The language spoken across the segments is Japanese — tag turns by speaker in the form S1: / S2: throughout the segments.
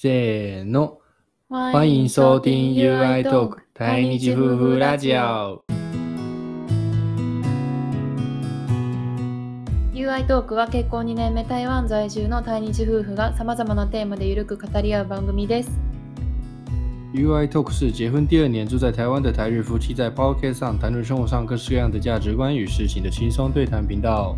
S1: せーの。
S2: 欢
S1: 欢迎收听 UI Talk 台
S2: 台
S1: 日
S2: 日
S1: 夫
S2: 夫
S1: 婦
S2: 婦
S1: ラ
S2: ラ
S1: ジ
S2: ジ
S1: オ
S2: オ。UI トークは結婚2年目台湾在住の対日夫婦がさまざまなテーマでゆるく語り合う番組です。
S1: UI Talk 是结婚第二年住在台湾的台日夫妻在 Podcast 上谈论生活上各式各样的价值观与事情的轻松对谈频道。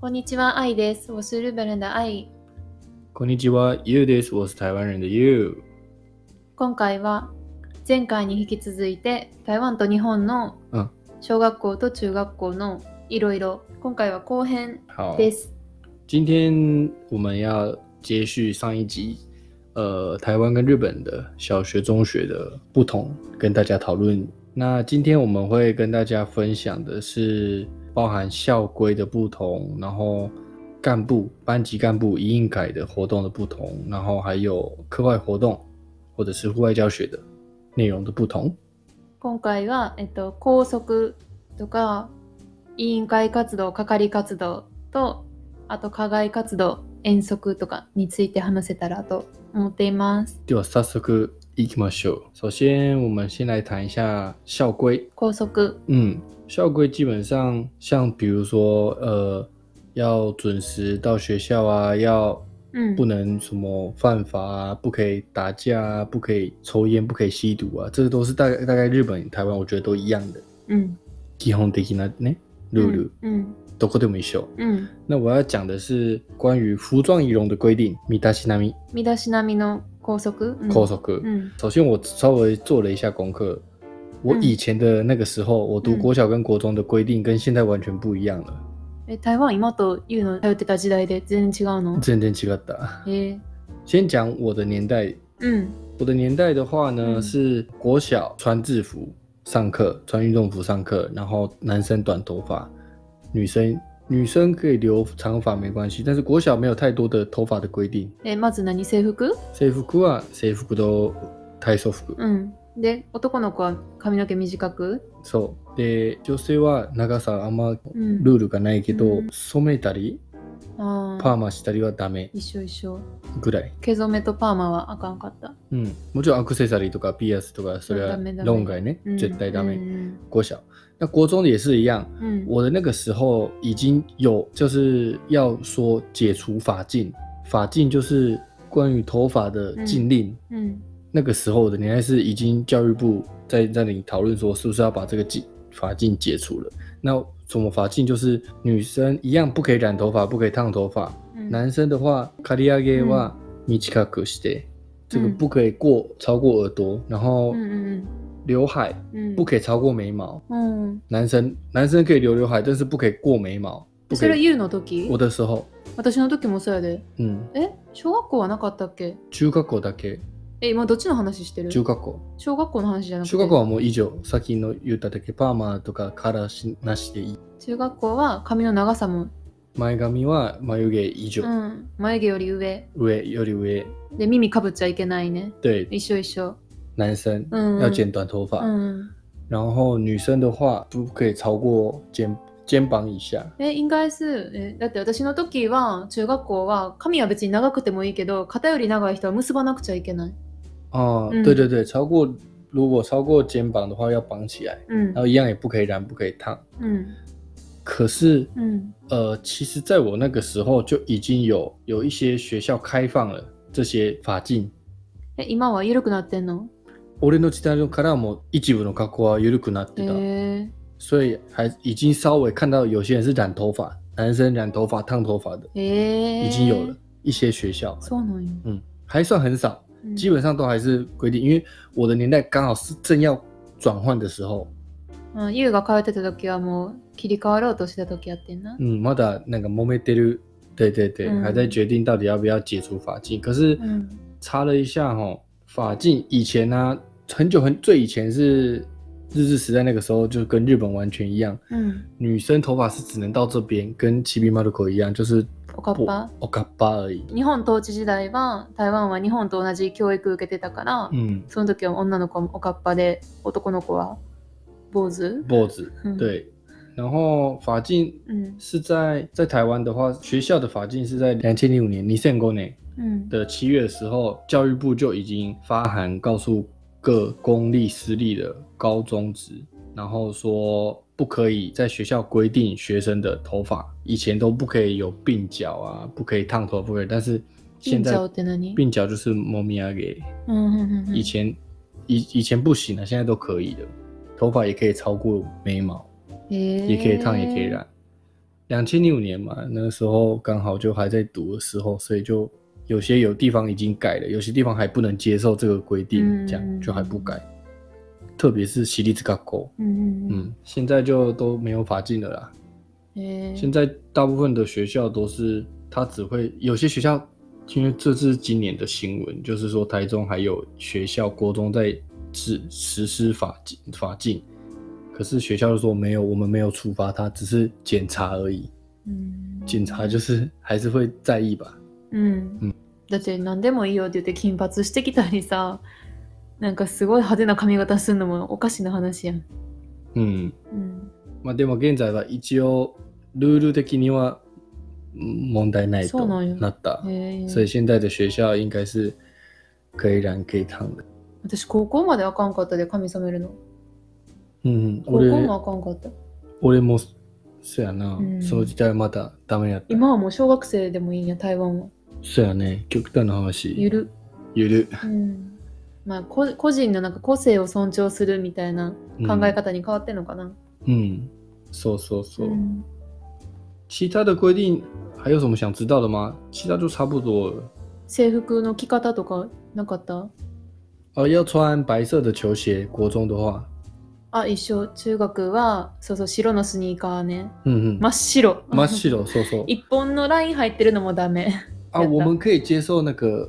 S2: こんにちは、愛です。我是日本人的愛。
S1: こんにちは、You です。我是台湾人的 You。
S2: 今回は前回に引き続いて台湾と日本の
S1: うん
S2: 小学校と中学校のいろいろ今回は後編
S1: 好，
S2: です。
S1: 今天我们要接续上一集，呃，台湾跟日本的小学、中学的不同，跟大家讨论。那今天我们会跟大家分享的是包含校规的不同，然后干部、班级干部一应改的活动的不同，然后还有课外活动或者是户外教学的内容的不同。
S2: 今回は、えっと、校則とか委員会活動係活動とあと課外活動遠足とかについて話せたらと思っています
S1: では早速行きましょう。首先，我们先来谈一下校规。
S2: 校則
S1: 嗯，校规基本上像比如说，呃，要准时到学校啊，
S2: 嗯
S1: 要
S2: うん
S1: 不能什么犯法啊，不可以打架啊，不可以抽烟，不可以吸毒啊，这都是大概大概日本、台湾我觉得都一样的。
S2: うん
S1: 基本的な
S2: 嗯
S1: ね、ルール
S2: うん
S1: どこでも一緒。
S2: うん
S1: 那我要讲的是关于服装仪容的规定，米达西纳米
S2: 身だしなみの校則うん
S1: 高手课。
S2: うん
S1: 首先，我稍微做了一下功课。我
S2: 嗯
S1: 以前的那个时候，我读
S2: 嗯
S1: 国小跟国中的规定跟现在完全不一样了。
S2: え台湾今というの頼ってた時代で全然違うの
S1: 真正奇怪的。
S2: へえ
S1: 先讲我的年代，
S2: うん
S1: 我的年代的话呢、
S2: 嗯
S1: 是国小穿制服上课，穿运动服上课，然后男生短头发，女生女生可以留长发没关系，但是国小没有太多的头发的规定。
S2: えまず何制服
S1: 制服は制服と体操服。
S2: うんで男の子は髪の毛短く
S1: そうで女性は長さあんま
S2: うん
S1: ルールがないけど、
S2: うん
S1: 染めたり
S2: あー
S1: パーマしたりはダメ
S2: 一緒一緒
S1: ぐらい。
S2: 毛染めとパーマはあかんかった。
S1: うん、もちろんアクセサリーとかピアスとかそれは
S2: ダメダメ
S1: 論外ね、
S2: うん
S1: 絶対ダメ。
S2: うん
S1: 国小，那国中也是一样。
S2: うん
S1: 我的那个时候已经有，就是要说解除法禁，法禁就是关于头发的禁令。
S2: うん
S1: 那个时候的年代是已经教育部在在那里讨论说，是不是要把这个禁法禁解除了？那什么法禁就是女生一样不可以染头发，不可以烫头发。
S2: うん
S1: 男生的话，刈り上げは短くして，这个不可以过超过耳朵，然后
S2: うんうん
S1: 刘海
S2: うんうん
S1: 不可以超过眉毛。
S2: うん
S1: 男生男生可以留刘海，但是不可以过眉毛，不
S2: そ
S1: 可
S2: れ
S1: 以。
S2: 言うの時
S1: 我的时候，
S2: 私の時もそうやで。
S1: 嗯，
S2: え小学校はなかったっけ
S1: 中学校だけ、
S2: え今どっちの話してる
S1: 中学校、
S2: 小学校の話じゃなくて
S1: 中学校はもう以上、さっきの言っただけパーマとかカラーしなしでいい。
S2: 中学校は髪の長さも、
S1: 前髪は眉毛以上
S2: う、ん、眉毛より上
S1: 上より上。
S2: で耳かぶっちゃいけないね
S1: 对，
S2: 一緒一緒、
S1: 男生
S2: うんうん、
S1: 要剪短头发，
S2: うん
S1: 然后女生的话不可以超过肩肩膀以下。
S2: え、インガイス、え、だって私の時は、中学校は、髪は別に長くてもいいけど、肩より長い人は結ばなくちゃいけない。
S1: 哦、
S2: 嗯
S1: 对对对，超过如果超过肩膀的话要绑起来，
S2: うん
S1: 然。后一样也不可以染，不可以烫。
S2: うん。
S1: 可是
S2: うん。
S1: 呃，其实在我那个时候就已经有有一些学校开放了这些法禁。
S2: え、今は緩くなってんの
S1: 俺の時代からも一部の格好は緩くなって
S2: へ
S1: た、
S2: え
S1: 所以还已经稍微看到有些人是染头发，男生染头发、烫头发的，
S2: へえ
S1: 已经有
S2: 嗯
S1: 了。一些学校，
S2: そうなんよ。
S1: 嗯，还算很少，
S2: うん
S1: 基本上都还是规定。因为我的年代刚好是正要转换的时候，
S2: うん、ユウが通ってた時はもう、切り替わろうとしてた時やってんな。
S1: 嗯，まだ那个揉めてる，对对对，
S2: 嗯
S1: 还在决定到底要不要解除法禁。可是
S2: うん。
S1: 查了一下哈、法禁以前呢、很久很最以前是日治时代那个时候，就跟日本完全一样，
S2: うん。
S1: 女生头发是只能到这边，跟七比马鲁口一样，就是
S2: おかっぱ
S1: 我嘎巴而已。
S2: 日本統治時代は、台湾は日本と同じ教育受けてたから、
S1: 嗯，
S2: その時は女の子はおかっぱで、男の子は坊主
S1: 脖子
S2: 嗯
S1: 对，然后法禁
S2: うん
S1: 是在在台湾的话，学校的法禁是在两千零五年你线国内
S2: うん
S1: 的七月的时候，教育部就已经发函告诉各公立、私立的高中职，然后说不可以在学校规定学生的头发，以前都不可以有鬓角啊，不可以烫头，不可以，但是现
S2: 金
S1: 在
S2: ちゃって何
S1: 鬓角就是猫咪啊给。
S2: うんうんうんうん
S1: 以前以以前不行了、啊现在都可以了。头发也可以超过眉毛，
S2: へー
S1: 也可以烫，也可以染。两千零五年嘛，那个时候刚好就还在读的时候，所以就有些有地方已经改了，有些地方还不能接受这个规定，
S2: 嗯
S1: 这样就还不改。特别是西利兹嘎狗，
S2: うんうんうん
S1: 嗯，现在就都没有法禁了啦。
S2: へー
S1: 现在大部分的学校都是，他只会有些学校，因为这是今年的新闻，就是说台中还有学校国中在实实施法禁法禁，可是学校就说没有，我们没有处罚他，只是检查而已。
S2: うん
S1: 检查就是还是会在意吧。
S2: うんだって何でもいいよって言って金髪してきたりさ なんかすごい派手な髪型するのもおかしな話やん、
S1: 嗯，
S2: うん、
S1: まあでも現在は一応ルール的にはうん問題ない
S2: そ
S1: と
S2: うなんや
S1: なった。
S2: へー
S1: 所以现在的学校应该是可以染可以烫的。
S2: 私高校まであかんかったで髪染めるの
S1: 嗯，
S2: 高
S1: 我的
S2: 校もあかんかった
S1: 俺もそやな、
S2: うん
S1: その時代はまだダメやった
S2: 今はもう小学生でもいいんや台湾は
S1: そやね極端な話
S2: ゆる
S1: ゆる
S2: うんまあ、こ個人のなんか個性を尊重するみたいな考え方に変わってるのかな。
S1: うん、うんそうそうそう、
S2: うん
S1: 其他的规定还有什么想知道的吗其他就差不多了
S2: 制服の着方とかなかった
S1: 啊，要穿白色的球鞋，国中的话，
S2: あ、一緒。中学は、そうそう、白のスニーカーね。
S1: 嗯嗯，
S2: 真っ白。
S1: 真っ白，そうそう。
S2: 一本のライン入ってるのもダメ。
S1: 啊，我们可以接受那个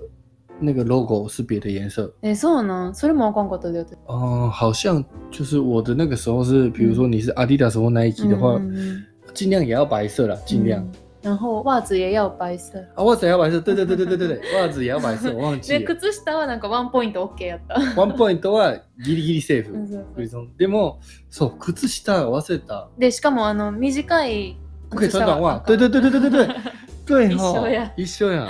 S1: 那个 logo 是别的颜色
S2: え、そうなんそれもあかんかったで私。
S1: 哦、好像就是我的那个时候是，比如说你是 Adidas 或 Nike 的话，
S2: うんうんうん
S1: 尽量也要白色啦，尽量。
S2: うん然后、袜子也要白色。
S1: 啊，袜子也要白色，对对对对对对对，袜子也要白色，我忘记
S2: で、
S1: 了。
S2: 靴下はなんかワンポイント OK やった。
S1: ワンポイントはギリギリセー
S2: う
S1: フ
S2: んそう
S1: ク
S2: そ
S1: リ
S2: う
S1: ソン。でも、そう、靴下忘れた。
S2: で、しかもあの、短い
S1: 不可以
S2: 靴
S1: 穿
S2: 下
S1: 短
S2: は
S1: 袜。
S2: あか
S1: 对
S2: ん
S1: 对对对对对对，对哈，
S2: 一緒や
S1: 一緒や。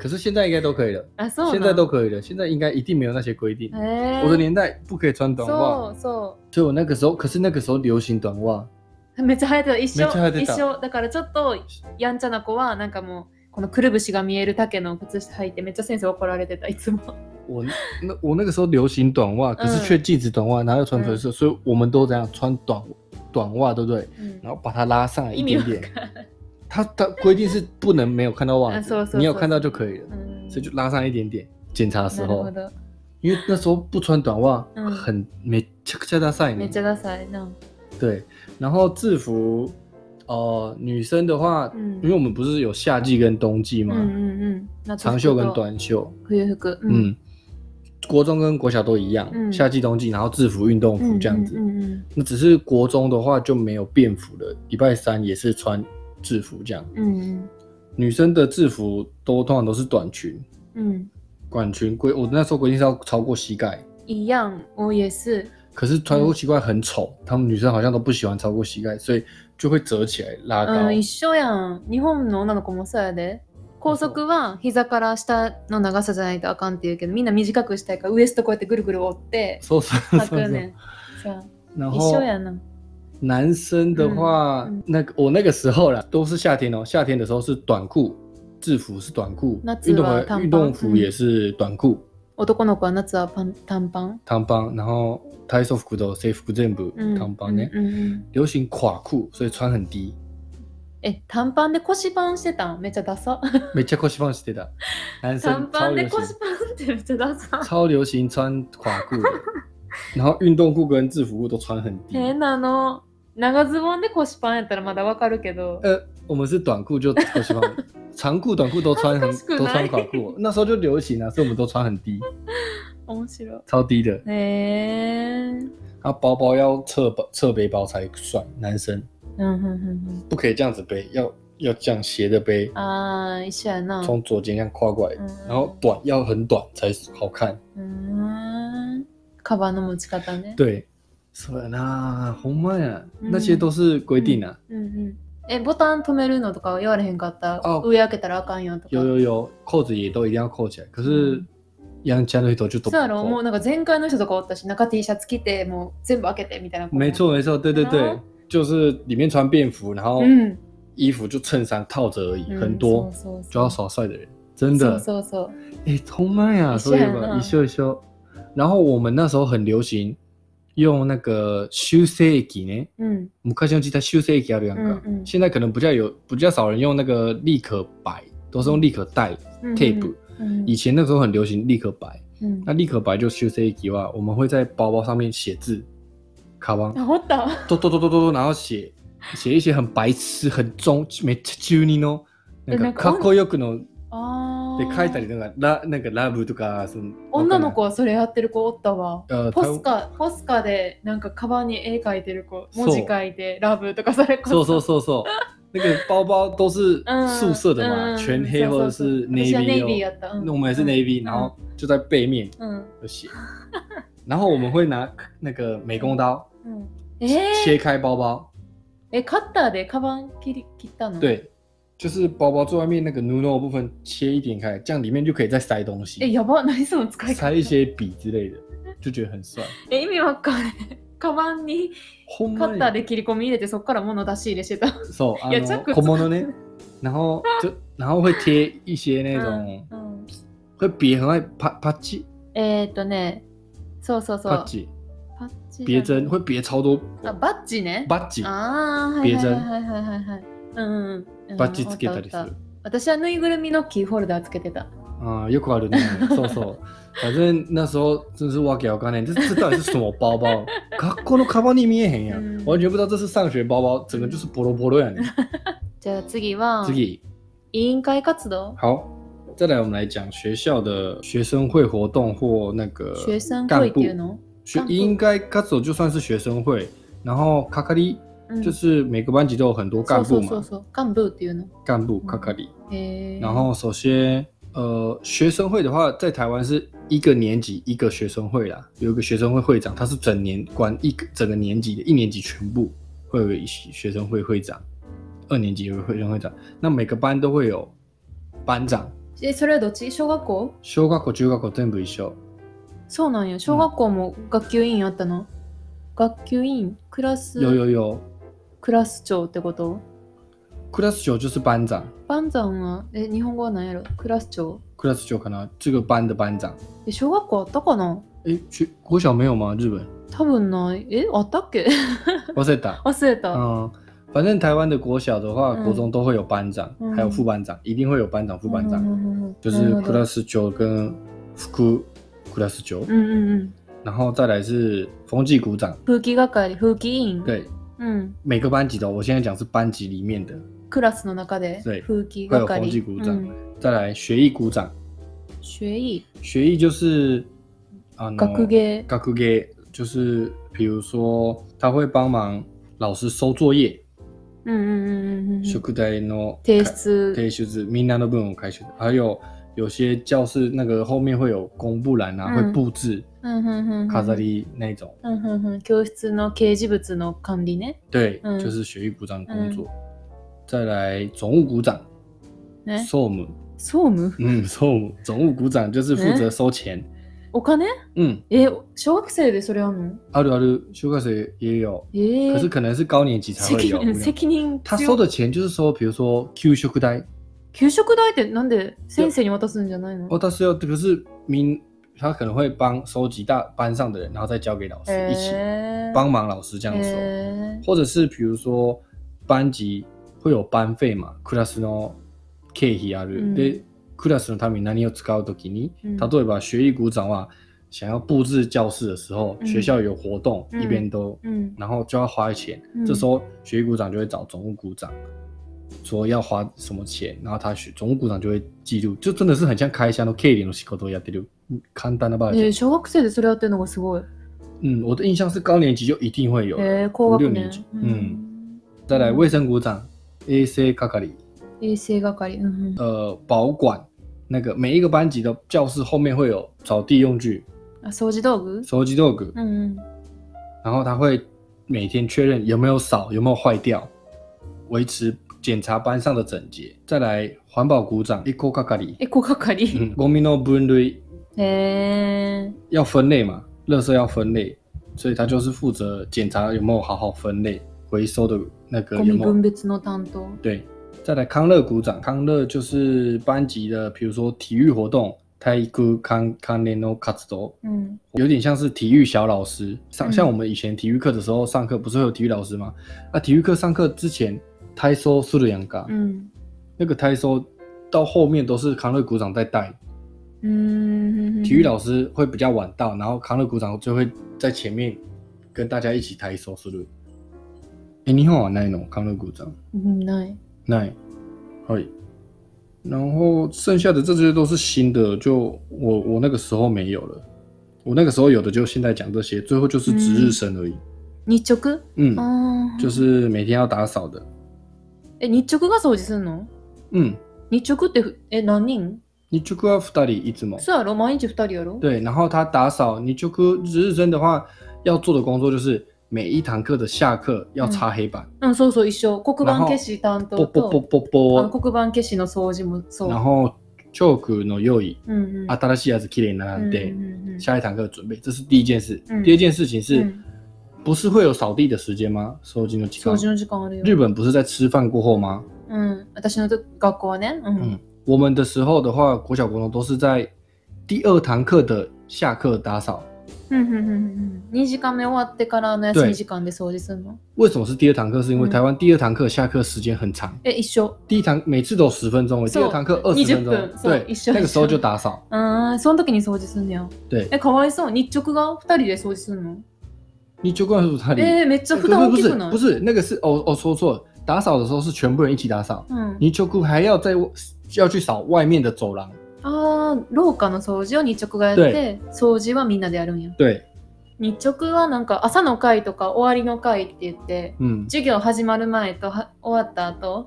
S1: 可是现在应该都可以了，
S2: あ、そうなん
S1: 现在都可以了，现在应该一定没有那些规定。
S2: えー
S1: 我的年代不可以穿短袜，
S2: そうそ
S1: 所以我那个时候，可是那个时候流行短袜，
S2: うめっちゃ流行ってた一
S1: めっちゃ流行って
S2: 緒一
S1: た
S2: 緒だからちょっとやんちゃな子はなんかもうこのくるぶしが見える丈の靴下履いてめっちゃ先生怒られてたいつも
S1: 我那我那个时候流行短袜，可是却禁止短袜，然后又穿粉色，所以我们都这样穿短短袜，对不对？然后把它拉上来一点点。 它它规定是不能没有看到袜
S2: 啊
S1: 子，
S2: 搜搜搜
S1: 你有看到就可以了，
S2: うん
S1: 所以就拉上一点点。检查的时
S2: なるほ
S1: 候，
S2: ど
S1: 因为那时候不穿短袜
S2: 嗯
S1: 很没恰恰大赛
S2: め
S1: 呢
S2: っ。ちゃダサいな
S1: 对，然后制服，呃，女生的话，
S2: うん
S1: 因为我们不是有夏季跟冬季
S2: うん
S1: 嘛，
S2: うんうん夏服と
S1: 长袖跟短袖，
S2: 冬服
S1: 嗯国中跟国小都一样，
S2: 嗯
S1: 夏季、冬季，然后制服、运动服这样子。
S2: うんうん
S1: 那只是国中的话就没有便服了，礼拜三也是穿制服这样。
S2: うんうん
S1: 女生的制服都通常都是短裙，
S2: うんうん
S1: 短裙规我那时候规定是要超过膝盖，
S2: 一样我也是
S1: 可是
S2: 嗯
S1: 超过膝盖很丑，她、们女生好像都不喜欢超过膝盖，所以就会折起来拉高。
S2: うん一緒やん日本の女の子もそうやで高速は膝から下の長さじゃないとあかんって言うけどみんな短くしたいからウエストこうやってぐるぐる折って
S1: そうそうそ
S2: 履
S1: う
S2: く
S1: そ
S2: ね
S1: う。
S2: んそう
S1: 然
S2: 一
S1: 后
S2: 緒やな
S1: 男生的话，
S2: 嗯
S1: 那个我那个时候啦，都是夏天哦，夏天的时候是短裤，制服是短裤
S2: 那，自
S1: 运动
S2: 吧
S1: 和
S2: 烫
S1: 运动
S2: 帮
S1: 服
S2: 嗯
S1: 也是短裤。
S2: 男の子は夏はパン短パン
S1: 短帮，然后体操服的制服全部
S2: うん
S1: 短帮呢，
S2: うんうんうん
S1: 流行垮裤，所以穿很低。
S2: え短パンで腰パンしてたんめっちゃダサ
S1: 没见过西方してた，男生
S2: 短パ
S1: 超
S2: ンで
S1: 流行，
S2: 腰パンってめっちゃダサ
S1: 超流行穿垮裤的，然后运动裤跟制服裤都穿很低。
S2: 変なの長ズボンで腰パンやったらまだわかるけど
S1: 呃，我们是短裤就过西方，长裤短裤都穿很
S2: 恥ずかしくない
S1: 都穿垮裤，那时候就流行啊，所以我们都穿很低，
S2: 面白い
S1: 超低的。
S2: へえー
S1: 然后包包要侧包侧背包才帅，男生
S2: うんうんうん
S1: 不可以这样子背，要要这样斜着背
S2: うん、あー一緒やな
S1: 从左肩这样跨过来。
S2: うん
S1: 然后短要很短才好看。
S2: うーん。カバンの持ち方ね。
S1: 对，啊そうやなほんまや。
S2: うん
S1: 那些都是规定啊。
S2: うんうん。え、ボタン止めるのとかは言われへんかった
S1: あ。
S2: 上開けたらあかんよとか。
S1: 有有有，扣子也都一定要扣起来。可是杨家那头就都
S2: そうやろ
S1: 不
S2: も
S1: 扣。
S2: うなんか全開の人とかおったし、中 T シャツ着て、もう全部開けてみたいな。
S1: 没。错没错，对对
S2: 然
S1: 对
S2: 后，
S1: 就是里面穿便服，然后
S2: うん。
S1: 衣服就衬衫套着而已，
S2: うん
S1: 很多
S2: そうそうそう
S1: 就要耍帅的人，真的。
S2: そうそうそう。
S1: 哎，通麦啊，
S2: 一下
S1: 所以吧，
S2: 呢
S1: 一修一修。然后我们那时候很流行用那个修正液呢，
S2: うん。
S1: 昔の時代修正液あるやんか。
S2: 嗯嗯
S1: 现在可能比较有比较少人用那个立可白，都是用立可带、tape。
S2: 嗯うん
S1: 以前那时候很流行立可白，
S2: うん
S1: 那立可白就修正液哇，我们会在包包上面写字，卡邦
S2: あ、おった。
S1: 咚咚咚咚咚咚，然后写写一些很白痴、很中、没中二のなん
S2: えな
S1: か哦
S2: んか
S1: かっこよくの
S2: あ
S1: で
S2: あ。
S1: 書いたり。なんかラなんかラブとかその
S2: 女の子はそれやってる子おったわ。
S1: あ
S2: ポスカ、ポスカでなんかカバンに絵描いてる子、
S1: そう
S2: 文字書いて、ラブとかそれこ
S1: そうそう
S2: そ
S1: そうそう。那个包包都是
S2: うん
S1: 素色的嘛，
S2: うん
S1: 全黑或者是
S2: そうそうそう私はネイビー
S1: navy
S2: や
S1: 哦。
S2: った。
S1: 那我们也是 navy，、然后就在背面
S2: うん。
S1: 有写，然后我们会拿那个美工刀
S2: うん。え
S1: 切
S2: ー、
S1: 开包包，
S2: え、カッターでカバン切り切ったの
S1: 对，就是包包最外面那个 n u n o 部分切一点开，这样里面就可以再塞东
S2: え、
S1: 西，
S2: やば、何その使い方
S1: 塞一些笔之类的，就觉得很帅。
S2: え、意味わかんない。カバンに
S1: ほん
S2: カ
S1: ま
S2: ッ
S1: に
S2: ターで切り込み入れてそこから物出し入れしてた。
S1: そうあ
S2: いやチャック
S1: の小物ね。 然后就然后会贴一些那种
S2: うん
S1: 会别很爱啪啪叽
S2: えー、っとね、そうそうそう。
S1: 啪叽。
S2: パッチ
S1: 别针会别超多
S2: あ、バッジね。
S1: バッジ
S2: ああ、はい
S1: 別
S2: はい
S1: 针
S2: はいはいはいはい。うんうんうん。
S1: バッジつけたりす
S2: あったあっ
S1: る
S2: た。私はぬいぐるみのキーホルダーつけてた。
S1: 啊、有可能呢，そう そう。反正那时候真是哇给我干呢，这这到底是什么包 包？卡このカバンに見えへんやん
S2: 嗯
S1: 完全不知道这是上学包包，整个就是ボロボロやね。
S2: じゃあ次は、
S1: 次，
S2: 委員会活動
S1: 好，再来我们来讲学校的学生会活动或那个
S2: 学生
S1: 干
S2: 会っ
S1: 部
S2: ていうの
S1: 学
S2: 干部
S1: 应该卡走就算是学生会，然后卡卡里
S2: うん
S1: 就是每个班级都有很多干部
S2: そうそうそう
S1: 嘛，
S2: そう。幹部っていうの。
S1: 干部
S2: 嗯
S1: 卡卡里。
S2: へー
S1: 然后首先，呃，学生会的话，在台湾是一个年级一个学生会啦，有一个学生会会长，他是整年管一个整个年级的，一年级全部会有一个学生会会长，二年级有一个学生会长，那每个班都会有班长。
S2: え、それはどっち小学校
S1: 小学校、中学校全部一緒。
S2: そうなんや。小学校も学級委員あったの、学級委員、クラス、
S1: 有有有，
S2: クラス長ってこと
S1: クラス長就是班长，
S2: 班長は、え、日本語は何やろクラス長
S1: クラス長可能这个班的班长。
S2: え、小学校あったかな
S1: 诶，去国小没有吗？日本？
S2: 多分ない。え、あったっけ
S1: 忘れた。
S2: 忘れた。
S1: 嗯，反正台湾的国小的话，
S2: 嗯
S1: 国中都会有班长，
S2: 嗯
S1: 还有副班长，一定会有班长、副班长，
S2: 嗯
S1: 就是 class 九跟副 class 九，
S2: 嗯嗯嗯，
S1: 然后再来是风纪股长，
S2: 風紀係、風紀委員。
S1: 对，
S2: うん。
S1: 每个班级的哦，我现在讲是班级里面的，
S2: クラスの中で
S1: 对
S2: 風紀
S1: 会有
S2: 係。
S1: 风纪股长，
S2: うん
S1: 再来学艺股长，
S2: 学艺、
S1: 学艺就是啊，
S2: 学芸。
S1: 学给就是比如说他会帮忙老师收作业，
S2: うんうんうんうんうん。
S1: 宿題の
S2: 提
S1: 对，
S2: 出。
S1: 就是闽南的不用开学的，还有有些教室那个后面会有公布栏啊，
S2: 嗯
S1: 会布置
S2: うんうんうんうん
S1: 卡扎利那一种，
S2: うんうんうん。教室の掲示物の管理ね。
S1: 对，
S2: 嗯
S1: 就是学艺鼓掌的工作。再来总务鼓掌
S2: ね。
S1: ，SOM，
S2: 総務
S1: 嗯，SOM，总务鼓掌就是负责收钱，
S2: お金
S1: 嗯，
S2: え、小学生でそれあんの
S1: 阿鲁阿鲁修课水也有，
S2: えー
S1: 可是可能是高年级才会
S2: 責
S1: 有。
S2: 任責任
S1: 他
S2: 強
S1: 收的钱就是说，比如说 Q 修课代，
S2: 給食代ってなんで先生に渡すんじゃないの
S1: 哦，但是要可是民他可能会帮收集大班上的人，然后再交给老师一起
S2: へー
S1: 帮忙老师这样收。
S2: へー
S1: 或者是比如说班级会有班费嘛，クラスの経費ある。
S2: 嗯
S1: で、クラスのために何を使うときに、
S2: 嗯
S1: 例えば学艺股长は想要布置教室的时候，
S2: 嗯
S1: 学校有活动，
S2: 嗯
S1: 一边都，
S2: うん。
S1: 然后就要花钱。
S2: 嗯
S1: 这时候学艺股长就会找总务股长。说要花什么钱，然后他学总务股长就会记录，就真的是很像开箱的 K 零的仕事をやってる。嗯簡単なバージ
S2: え
S1: ョ
S2: ー
S1: ン。
S2: 小学生でそれやってるのがすごい。
S1: 嗯，我的印象是高年级就一定会有。
S2: えー、高
S1: 五
S2: 学
S1: 六年
S2: 年
S1: 級。うん再来卫生股长、衛生係、
S2: うん。衛生係。うんうん
S1: 呃，保管那个每一个班级的教室后面会有扫地用具、
S2: あ掃除道具
S1: 掃除道具，
S2: うんうん。
S1: 然后他会每天确认有没有少、有没有坏掉，维持检查班上的整洁。再来环保鼓掌一個係かり，
S2: え、こかかり。
S1: 嗯，ゴミの分類
S2: へえ。
S1: 要分类嘛，垃圾要分类，所以他就是负责检查有没有好好分类，回收的那个
S2: ゴ
S1: 有
S2: ミ
S1: 没有
S2: 分別の担当。
S1: 对，再来康乐鼓掌，康乐就是班级的，比如说体育活动、体育関関連の活動，
S2: うん。
S1: 有点像是体育小老师。上
S2: 嗯
S1: 像我们以前体育课的时候，上课不是会有体育老师吗？啊，体育课上课之前，体操するやんか，
S2: うん。
S1: 那个体操到后面都是康乐鼓掌在带，
S2: うーん。
S1: 体育老师会比较晚到，然后康乐鼓掌就会在前面跟大家一起体操する。哎、你好啊，那一种康乐鼓掌。
S2: うんない。
S1: 奈，はい。然后剩下的这些都是新的，就我我那个时候没有了，我那个时候有的就现在讲这些，最后就是值日生而已。
S2: 日直
S1: 嗯，
S2: ああ。
S1: 就是每天要打扫的。
S2: え、日直が掃除すんの
S1: 嗯，
S2: 日直ってふ、え、何人
S1: 你就要负担里一直吗？
S2: そうやろ毎日二人やろ
S1: 对，然后他打扫，你就可值日生的话要做的工作就是每一堂课的下课要擦黑板，
S2: うん、そうそう、一緒。黒板消し担当
S1: 啵啵啵
S2: と、
S1: 啵
S2: あ
S1: 啵，
S2: の黒板消しの掃除もそう。
S1: 然后 chalk の用啊意，
S2: うんうん。
S1: 新しいやつきれいにならんで
S2: うんうんうん
S1: 下一堂课准备，这是第一件事。
S2: 嗯
S1: 第二件事情是，
S2: 嗯
S1: 不是会有扫地的时间吗？收金的期
S2: 掃除
S1: 间。
S2: の時間あるよ。
S1: 日本不是在吃饭过后吗？
S2: うん、私のと学校はね。う
S1: うん
S2: ん。
S1: 我们的时候的话，国小国中都是在第二堂课的下课打扫。
S2: うんうんうんうん2時間目終わってからの休
S1: 对
S2: み時間で掃除するの
S1: 为什么是第二堂课？是因为
S2: 嗯
S1: 台湾第二堂课下课时间很长，
S2: え、一緒。
S1: 第一堂每次都十分钟，
S2: 是
S1: 第二堂课二十分钟
S2: 20分，
S1: 对
S2: 是，
S1: 那个时候就打扫。
S2: うーん、その時に掃除すんのよ。
S1: 对，
S2: え、かわいそう。日直が2人で掃除するの
S1: 你就告诉他你，
S2: えー、めっちゃ負担大
S1: 不
S2: き
S1: 是
S2: くない
S1: 不是那个是哦哦说错了，打扫的时候是全部人一起打扫，
S2: うん。
S1: 你就还要在要去扫外面的走廊。
S2: あー、廊下の掃除を日直がやって、掃除はみんなでやるんや。
S1: 对，
S2: 日直はなんか朝の会とか終わりの会って言って、
S1: 嗯，
S2: 授業始まる前とは終わった後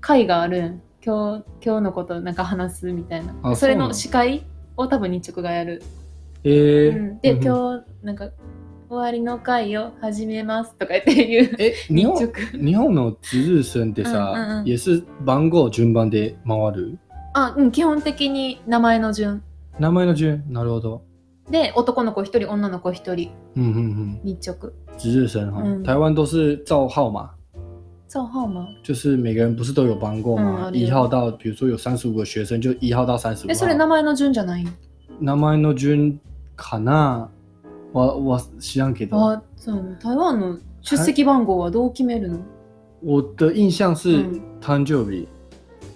S2: 会があるん今日今日のことなんか話すみたい
S1: あ
S2: なそれ
S1: そうなの
S2: の司会を多分日直がやる、
S1: 诶、
S2: うん、で
S1: 嗯哼
S2: 今日なんか終わりの会を始めますとか言って言う
S1: え、日
S2: 日
S1: 本
S2: 直
S1: 日本の值日生ってさ、
S2: うんうんうん
S1: 也是番号順番で回る。
S2: あうん基本的に名前の順
S1: 名前の順、なるほど。
S2: で男の子一人女の子一人
S1: うんうんうん。
S2: 日直
S1: 值日生哈，
S2: 嗯
S1: 台湾都是照号码，
S2: そうハーマン
S1: 就是每个人不是都有番号吗？
S2: 嗯
S1: 一、号到，比如说有三十五个学生，就一号到三十五
S2: えそれ名
S1: 号。
S2: 前の順じゃない
S1: 名前の順かな。我我知らんけど，
S2: あそうなの台湾の出席番号はどう決めるの
S1: 我的印象是
S2: 嗯
S1: 誕生日、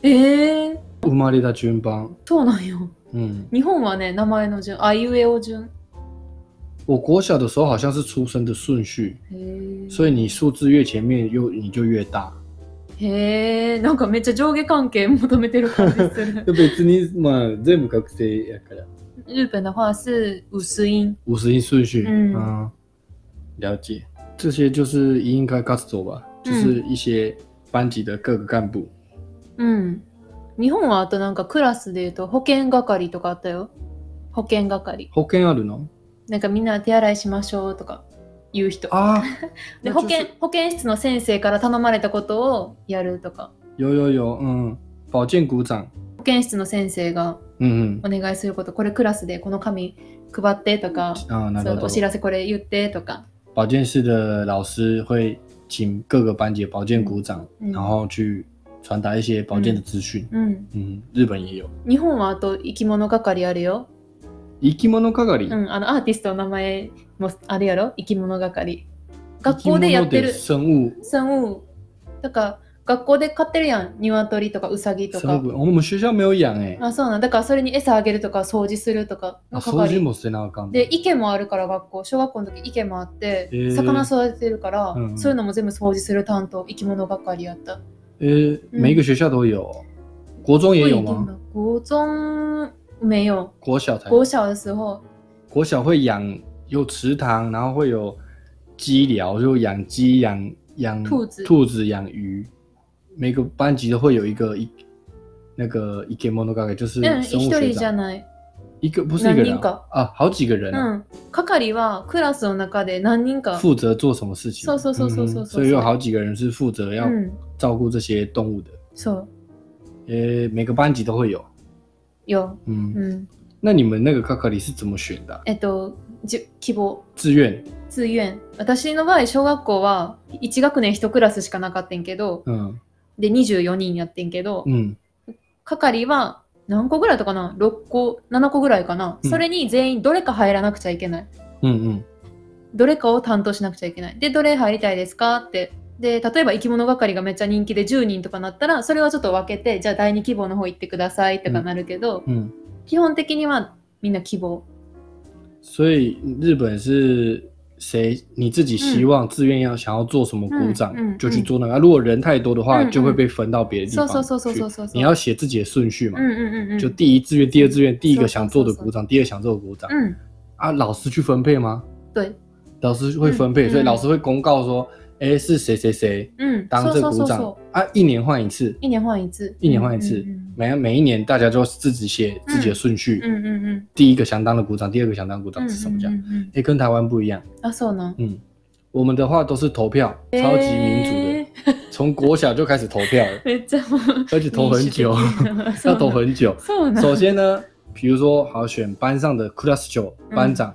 S2: ええー、
S1: 生まれた順番。
S2: そうなんよ
S1: 嗯，
S2: 日本はね名前の順あいうえお順
S1: 我国小的时候好像是出生的顺序，
S2: へえ
S1: 所以你数字越前面，又你就越大。
S2: へえんかめっちゃ上下関係求めてる感じす る
S1: 別に、まあ、全部学生やから。
S2: 日本的话是五十音
S1: 五十音顺序。
S2: 嗯
S1: 嗯，了解。这些就是应该活動吧，就是一些班级的各个干部。
S2: うん日本はあとなんかクラスで言うと保健係とかあったよ保健係
S1: 保険あるの？
S2: なんかみんな手洗いしましょうとか言う人
S1: あ、
S2: で
S1: 那
S2: 保
S1: 就是
S2: 健保健室の先生から頼まれたことをやるとか
S1: 有有有，嗯，保健股长，
S2: 保健室の先生が
S1: 嗯嗯，
S2: お願いすることこれクラスでこの紙配ってとか
S1: 啊，な
S2: そ
S1: る
S2: う
S1: ほ
S2: お知
S1: ど。
S2: らせこれ言ってとか
S1: 保健室的老师会请各个班级的保健股长，
S2: 嗯
S1: 然后去传达一些保健的资讯。
S2: うん
S1: 嗯，日本也有。
S2: 日本はあと生き物係あるよ。
S1: 生き物係。
S2: うん、あのアーティストの名前もあるやろ生き物係。学校でやってる
S1: 生き。物的
S2: そうだから学校で飼ってるやん。鶏とかウサギ
S1: 生物
S2: と
S1: 生物，
S2: か。
S1: 哦我们学校没有养哎、
S2: あそうなんだからそれに餌あげるとか掃除するとか
S1: あ
S2: の
S1: 掃除
S2: 係。
S1: もせなあかんもん。
S2: で池もあるから学校小学校の時池もあって、
S1: へー
S2: 魚育ててるから、
S1: うんうん
S2: そういうのも全部掃除する担当生き物係やった。
S1: 呃、
S2: 嗯
S1: 每个学校都有，国中也有吗？
S2: 国中没有，
S1: 国小才有
S2: 国小的时候
S1: 国小会养有池塘，然后会有鸡寮，就养鸡、养养
S2: 兔子
S1: 兔子养鱼。每个班级都会有一个一那个 ikemono g a 就是
S2: うん、
S1: 生
S2: 嗯一
S1: 物学
S2: 人じゃ
S1: 长。
S2: ない。
S1: 一个不是一个人
S2: 何人か
S1: 啊啊，好几个人
S2: う
S1: 啊，
S2: ん、係はクラスの中で何人か、
S1: 负责做什么事情？
S2: そうそうそうそうそう
S1: 嗯所以有好几个人是负责要
S2: うん、
S1: 照顾这些动物的，
S2: そう
S1: 呃，每个班级都会有。
S2: よ、
S1: 嗯，
S2: うん、
S1: 那你们那个卡卡里是怎么选的啊、
S2: えっとじゅ希望
S1: 志愿？
S2: 通園私の場合小学校は1学年1クラスしかなかったんけど
S1: 嗯
S2: で24人やってんけど、
S1: 嗯
S2: 係は何個ぐらいだったかな6個7個ぐらいかな、
S1: うん
S2: それに全員どれか入らなくちゃいけない
S1: 嗯嗯
S2: どれかを担当しなくちゃいけないでどれ入りたいですかってで例えば生き物係がめっちゃ人気で10人とかなったらそれはちょっと分けてじゃあ第2希望の方行ってくださいとかなるけど、
S1: 嗯，
S2: 基本的にはみんな希望
S1: 所以日本是谁你自己希望志愿要想要做什么鼓掌、
S2: 嗯嗯
S1: 就去做那个、啊如果人太多的话、
S2: 嗯嗯
S1: 就会被分到别的地
S2: そ
S1: 方去。
S2: うそうそうそうそうそうそう
S1: 你要写自己的顺序嘛，
S2: うんうんうんうん
S1: 就第一志愿、第二志愿，第一个
S2: 嗯
S1: 想做的鼓掌，第二想做的鼓掌、
S2: うん
S1: 啊，老师去分配吗？
S2: 嗯对
S1: 老师会分配，
S2: 嗯
S1: 所以
S2: 嗯
S1: 老师会公告说，哎、是谁谁谁
S2: うん
S1: 当
S2: そう
S1: 这
S2: そうそ
S1: 鼓
S2: う
S1: 掌
S2: そう
S1: 啊，一年换一次，
S2: 一年换一次
S1: 一年换一次
S2: うん
S1: 每每一年大家就自己写
S2: 嗯
S1: 自己的顺序，
S2: うんうんうんうん
S1: 第一个想当的鼓掌，第二个想当鼓
S2: うん
S1: 掌是什么这样？哎、
S2: うんうんうん
S1: 跟台湾不一样，
S2: あそうなん
S1: 嗯，我们的话都是投票，超级民主的，
S2: え
S1: 从、国小就开始投票了
S2: ー，めっちゃもう
S1: 而且投很久，要投很久。
S2: そうなん
S1: 首先呢，比如说好选班上的 class 九
S2: 嗯
S1: 班长，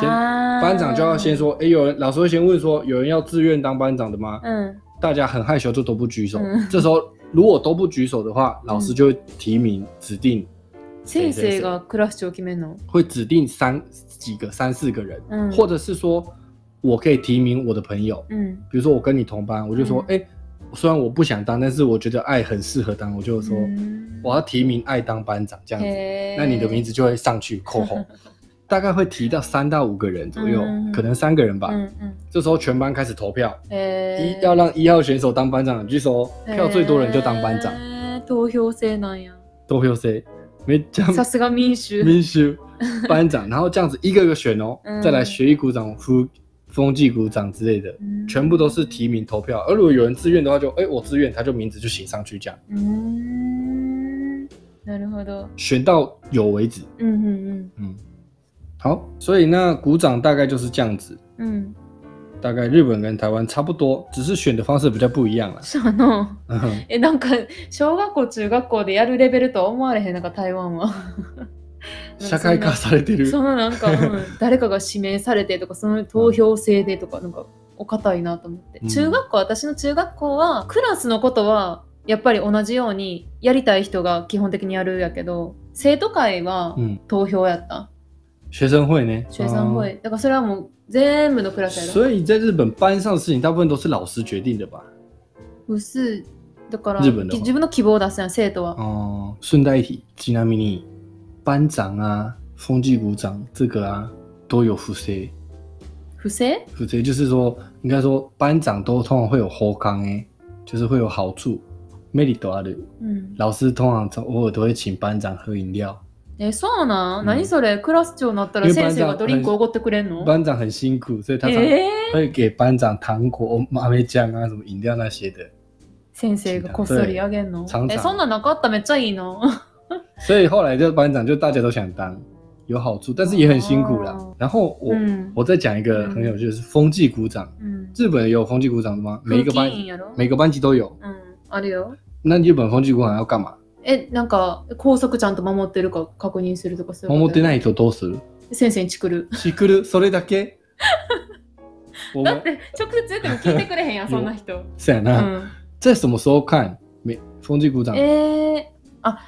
S1: 先
S2: あー
S1: 班长就要先说，哎、有人老师会先问说，有人要自愿当班长的吗？
S2: うん
S1: 大家很害羞，就都不举手。
S2: 嗯
S1: 这时候如果都不举手的话，老师就会提名指定，
S2: 先生がクラス長を決めるの
S1: 会指定三几个、三四个人，
S2: うん
S1: 或者是说我可以提名我的朋友，
S2: うん
S1: 比如说我跟你同班，我就说，
S2: 嗯
S1: 哎、虽然我不想当，但是我觉得爱很适合当，我就说、
S2: 嗯うん
S1: 我要提名爱当班长这样子。
S2: へー
S1: 那你的名字就会上去扣 红，大概会提到三到五个人左右，
S2: 嗯
S1: 可能三个人吧。
S2: うんうん
S1: 这时候全班开始投票，
S2: へ
S1: 一
S2: ー
S1: 要让一号选手当班长，举手，票最多人就当班长。
S2: へー投票制なんや
S1: 投票谁？没讲
S2: さすが民 主
S1: 民修班长，然后这样子一个一个选哦，
S2: 嗯
S1: 再来学艺鼓掌、夫风纪鼓掌之类的，全部都是提名投票。而如果有人自愿的话就，哎我自愿，他就名字就写上去这样，
S2: うーんなるほど
S1: 选到有为止。
S2: うんうん
S1: 嗯，好，所以那鼓掌大概就是这样子。
S2: うんうん
S1: 大概日本跟台湾差不多，只是选的方式比较不一样了。
S2: そうの
S1: 嗯 哼
S2: えなんか小学校中学校でやるレベルとは思われへんなんか台湾は
S1: 社会化されてる。
S2: そのなんか、うん誰かが指名されてとかその投票制でとかなんかお堅いなと思って、
S1: うん
S2: 中学校私の中学校はクラスのことはやっぱり同じようにやりたい人が基本的にやるやけど生徒会は
S1: 嗯，
S2: 投票やった、
S1: 学生会呢？
S2: 学生会、だからそれはもう全部のクラ
S1: 嗯。
S2: スやろ
S1: 所以在日本班上的事情，大部分都是老师决定的吧？
S2: 薄だから
S1: 日本の
S2: き自分の希望を出すやん生徒は、
S1: 哦、顺带一提，吉南迷你班长啊、风纪股长这个啊，都有副 C，
S2: 不正
S1: 副 C 就是说，应该说班长都通常会有后康哎，就是会有好处。魅力多的
S2: うん
S1: 老师通常偶尔都会请班长喝饮料，
S2: えそうなん、
S1: うん
S2: 何それクラス長になったら
S1: えバ
S2: 先
S1: ン
S2: 生
S1: ザ
S2: がドリンクおごってくれんの
S1: 班长很辛苦，所以他常
S2: えー
S1: 会给班长糖果、麻味酱啊、什么饮料那些的。
S2: 先生がこっそりあげんの
S1: 常々
S2: えそんなんなかっためっちゃいいな
S1: 所以后来这个班长就大家都想当，有好处，但是也很辛苦啦。
S2: 哦
S1: 然后我、
S2: うん
S1: 我再讲一个很有趣的是风纪股长，
S2: うん
S1: 日本也有风纪股长的吗？每一个班
S2: 風紀委員やろ
S1: 每个班级都有。
S2: うんあるよ
S1: 那日本风纪股长要干嘛？
S2: えなんか校則ちゃんと守ってるか確認するとかそういう
S1: 守
S2: こ
S1: っ
S2: と
S1: て
S2: や
S1: ない人どうする？
S2: 先生にチクる
S1: しく るそれだけ？我
S2: だ
S1: 们
S2: って直接言っても聞いてくれへんやんそんな人、
S1: 是啊，
S2: う
S1: 那、
S2: ん、
S1: 在什么时候看？每风纪股长
S2: え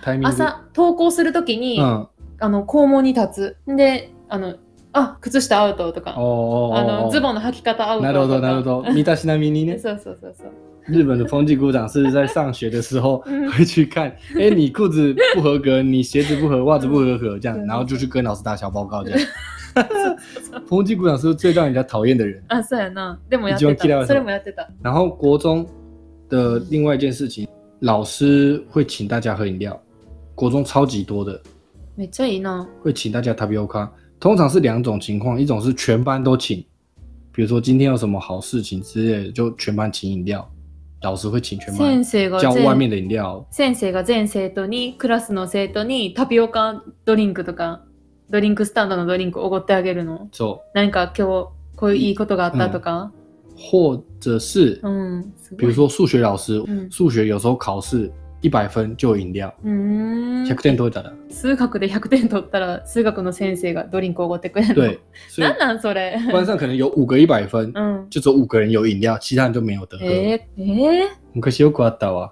S1: 台
S2: ー、
S1: 面
S2: 朝登校するときに、
S1: 嗯哦
S2: あの校門に立つんであのあ靴下アウトとか
S1: 哦
S2: あの
S1: 哦
S2: ズ
S1: 哦，
S2: ボンの履き方アウト
S1: なるほど
S2: とか
S1: なるほど。 見たしなみにね。
S2: そうそうそうそう
S1: 日本的风纪股长是在上学的时候
S2: 嗯
S1: 会去看， 哎、你裤子不合格，你鞋子不合，袜子不合格，这样
S2: 对，
S1: 然后就去跟老师打小报告这 样。 风纪股长是最让人家讨厌的人。
S2: あそうやなでもやって
S1: 一番嫌いは
S2: たそれもやってた
S1: 然后国中的另外一件事情，老师会请大家喝饮料，国中超级多的，
S2: めっちゃいいな
S1: 会请大家 tapioca。通常是两种情况，一种是全班都请，比如说今天有什么好事情之类的，就全班请饮料。老师会请全班
S2: 先生が
S1: 将外面
S2: 全
S1: 的饮料
S2: 先生が全生徒にクラスの生徒にタピオカドリンクとかドリンクスタンドのドリンクおごってあげるの
S1: 走，
S2: 何か今日こういういいことがあったとか
S1: 或者是
S2: うん、す
S1: 比如
S2: ごい
S1: 说数学老师
S2: う，ん
S1: 数学有时候考试一百分就有饮料，
S2: うーん
S1: 100点都会打的。
S2: 数学で100点取ったら数学の先生がドリンクおごってくれるの
S1: 对，所
S2: なん
S1: 以
S2: なんそれ
S1: 班上可能有五个一百分，
S2: うん
S1: 就只有五个人有饮料，其他人就没有得喝。
S2: えー、えー、
S1: 可惜有刮到啊。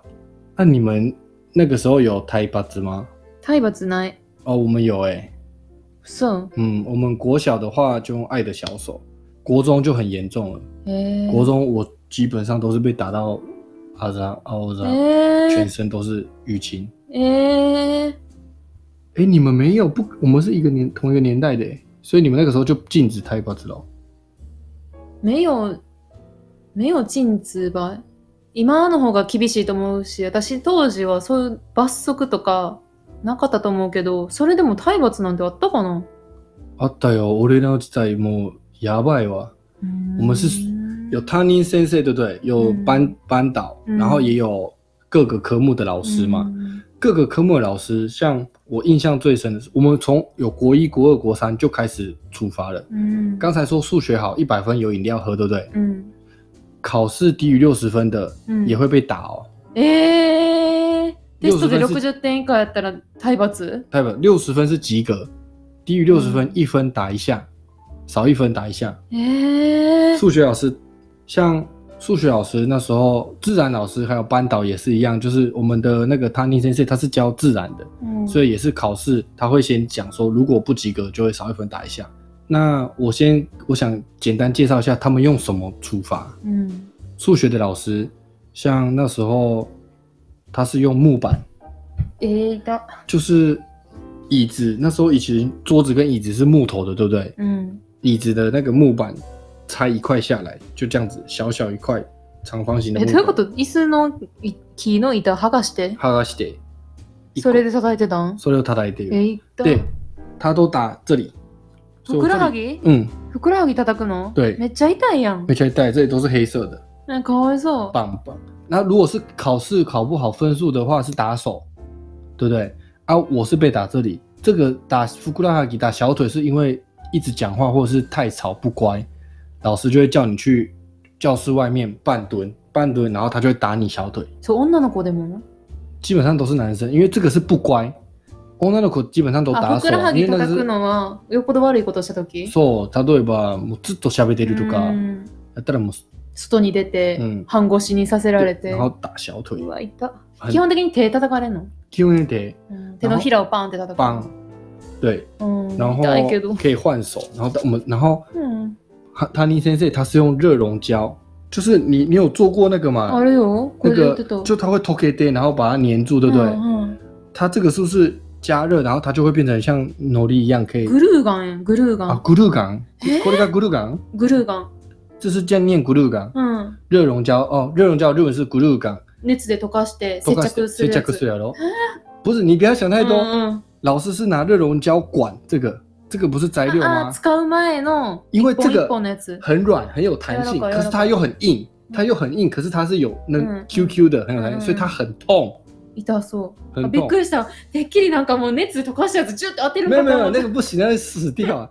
S1: 那你们那个时候有台巴子吗？
S2: 体罰ない
S1: 哦，我们有哎、
S2: そう
S1: 嗯，我们国小的话就用爱的小手，国中就很严重了。
S2: えー、
S1: 国中我基本上都是被打到阿扎阿欧扎，
S2: え
S1: 全
S2: ー、
S1: 身都是淤青。
S2: えー、
S1: 哎、你们没有不？我们是一个年同一个年代的、欸，所以你们那个时候就禁止台巴子了。
S2: 没有、没有禁止ば、今の方が厳しいと思うし、私当時はそういう罰則とかなかったと思うけど、それでも体罰なんてあったかな
S1: あったよ、俺の時代もうやばいわ。我们是有 t a n i s e n s e 对不对？有
S2: 嗯
S1: 班、班导，
S2: 嗯
S1: 然后也有各个科目的老师嘛。
S2: 嗯
S1: 各个科目的老师，像我印象最深的是，我们从有国一、国二、国三就开始处罚了。
S2: 嗯
S1: 刚才说数学好，一百分有饮料喝，对不对？
S2: 嗯
S1: 考试低于六十分的
S2: 嗯
S1: 也会被打哦。
S2: えー、テストで
S1: 60分
S2: 60点以下やったら体罰
S1: 代表六十分是及格，低于六十分
S2: 嗯
S1: 一分打一下，少一分打一下。
S2: えー、
S1: 数学老师，像数学老师那时候，自然老师还有班导也是一样，就是我们的那个 t a n i 先生他是教自然的，
S2: 嗯
S1: 所以也是考试，他会先讲说，如果不及格就会少一分打一下。那我先我想简单介绍一下他们用什么处罚。
S2: 嗯
S1: 数学的老师，像那时候他是用木板，
S2: えーだ
S1: 就是椅子，那时候以前桌子跟椅子是木头的，对不对？
S2: うん
S1: 椅子的那个木板拆一块下来，就这样子小小一块长方形的
S2: え
S1: 木
S2: ど
S1: 板。
S2: ういうこと椅子のい木の板剥がして
S1: 剥がして一個
S2: それで叩いてたん
S1: それを叩いて
S2: え
S1: る。
S2: ー、だ
S1: 对，他都打这里。所以
S2: ふ
S1: 我
S2: くら
S1: 这
S2: は
S1: 里
S2: ぎ
S1: 嗯，
S2: ふくらはぎ叩くの
S1: 对
S2: めっちゃ痛いやん
S1: 而。且带这里都是黑色的
S2: なんかかわいそう。
S1: 棒棒。那如果是考试考不好分数的话，是打手，对不对？啊，我是被打这里，这个打福库拉哈吉打小腿是因为一直讲话或者是太吵不乖，老师就会叫你去教室外面半蹲半蹲，然后他就会打你小腿。
S2: そう、女の子でも
S1: 基本上都是男生，因为这个是不乖。哦女の子基本上都
S2: あ、
S1: 打
S2: ふ
S1: 手
S2: くら
S1: 啊，
S2: は
S1: 因
S2: ぎ
S1: 为那个
S2: 叩く
S1: 是
S2: のは、よっぽど悪いことしたとき
S1: そう例えばもうずっと喋ってるとかやったらもう
S2: 外に出て、
S1: うん
S2: 半越しにさせられて。
S1: 然后打小腿
S2: う，わ、痛
S1: はい
S2: 基本的に手叩かれんの、
S1: 基本上得
S2: うん手のひらをパンって叩く
S1: 棒
S2: の。
S1: 对。
S2: うん、
S1: 然后
S2: 痛いけど。
S1: 可以换手，然后我们然后
S2: うん、
S1: 他他尼先生他是用热熔胶，就是你你有做过那个
S2: あ
S1: 吗？
S2: るよ。こ
S1: 那
S2: れ言って
S1: 个
S2: た。
S1: 就他会 t o k d 然后把它粘住，对不对？
S2: うんうん
S1: 它这个是不是加热，然后它就会变成像努力一样可以
S2: グルーガンやん、グルーガ
S1: 啊
S2: ン。
S1: 咕噜港，
S2: え
S1: これが咕噜港，
S2: グルーガン。
S1: 这是这样念咕噜港，
S2: うん。
S1: 热熔胶哦，热熔胶日文是咕噜港，
S2: 熱で溶かして
S1: 都
S2: 接
S1: 快
S2: 着す
S1: 睡
S2: る
S1: 觉
S2: や
S1: 瞌
S2: つ。
S1: 睡了喽。不是你不要想太
S2: う
S1: 多，
S2: んうん
S1: 老师是拿热熔胶管这个，这个不是摘六
S2: あ
S1: 吗
S2: あ？使う前の
S1: 因为
S2: 一本
S1: 这个
S2: 啊一本のやつ。
S1: 很软，很有嗯弹性，
S2: 柔らか
S1: 可是它又很硬，它又很硬，可是它是有那
S2: 嗯
S1: QQ 的，很有弹性，
S2: 嗯
S1: 所以它很痛，
S2: 痛そう。あ
S1: 很
S2: びっ
S1: 痛
S2: く。りした。てっきりなんかもう熱溶かしたやつ、ちょっと当てる
S1: 没
S2: の
S1: 有
S2: か
S1: 没有，那
S2: と思った。
S1: 个不行，那会死掉啊。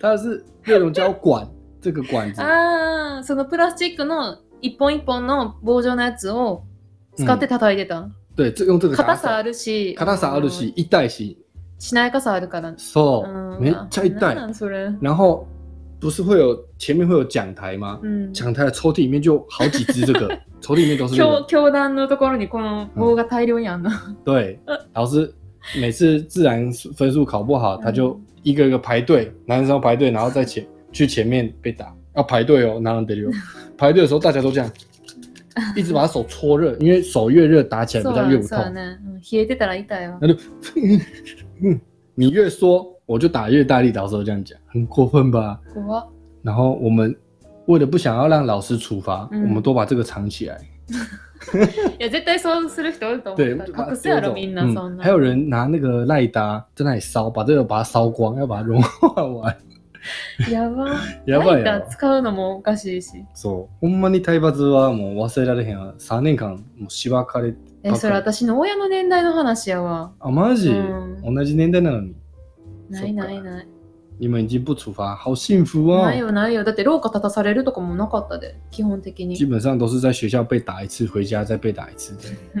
S1: 它是热熔胶管，这个管子，
S2: ああ、そのプラスチックの一本一本の棒状のやつを使って叩いてた。
S1: 对，这用这个打
S2: 硬
S1: 手
S2: さ。あるし、
S1: 卡塔萨阿鲁西一代型，
S2: しなやかさあるから。
S1: so
S2: うん
S1: 没加一
S2: なんな
S1: 代，
S2: んそれ。
S1: 然后不是会有前面会有讲台吗？
S2: うん。
S1: 讲台的抽屉里面就好几只这 个，抽屉里面都是这
S2: 教
S1: 个。
S2: 教団のところにこの棒が大量にあんの。
S1: 对，
S2: 呃
S1: 老师每次自然分数考不好，
S2: 嗯
S1: 他就一个一个排队，男生排队，然后在 前去前面被打，要排队哦，男人得溜。排队的时候大家都这样，一直把手搓热，因为手越热打起来
S2: そ
S1: 比
S2: うだ
S1: 较越不
S2: そうだ
S1: 痛。
S2: ね。うん冷えてたら痛いわ。
S1: 那就，嗯， 你越缩我就打越大力，老师都这样讲，很过分吧？
S2: 怖っ。
S1: 然后我们为了不想要让老师处罚，
S2: 嗯
S1: 我们都把这个藏起来。
S2: いや、絶対そうする人おると思
S1: 对
S2: うか，
S1: 把
S2: ら。
S1: 它
S2: 隠す
S1: 丢
S2: やろ、
S1: 走
S2: みんな、そんな。
S1: 还有人拿那个赖达在那里烧，把这个把它烧光，要把它融化完。
S2: やば。
S1: やばいや
S2: ライタ
S1: ろ
S2: ー使うのもおかしいし。
S1: そう。ほんまに体罰はもう忘れられへんわ。3年間、もうしばかれて。
S2: え、それ私の親の年代の話やわ。
S1: あ、マジ、
S2: うん
S1: 同じ年代なのに。
S2: ないないない。
S1: 你们已经不处罚，好幸福哦！
S2: ないよないよ。だって廊下立たされるとかもなかったで、基本的
S1: 基
S2: に。
S1: 本上都是在学校被打一次，回家再被打一次。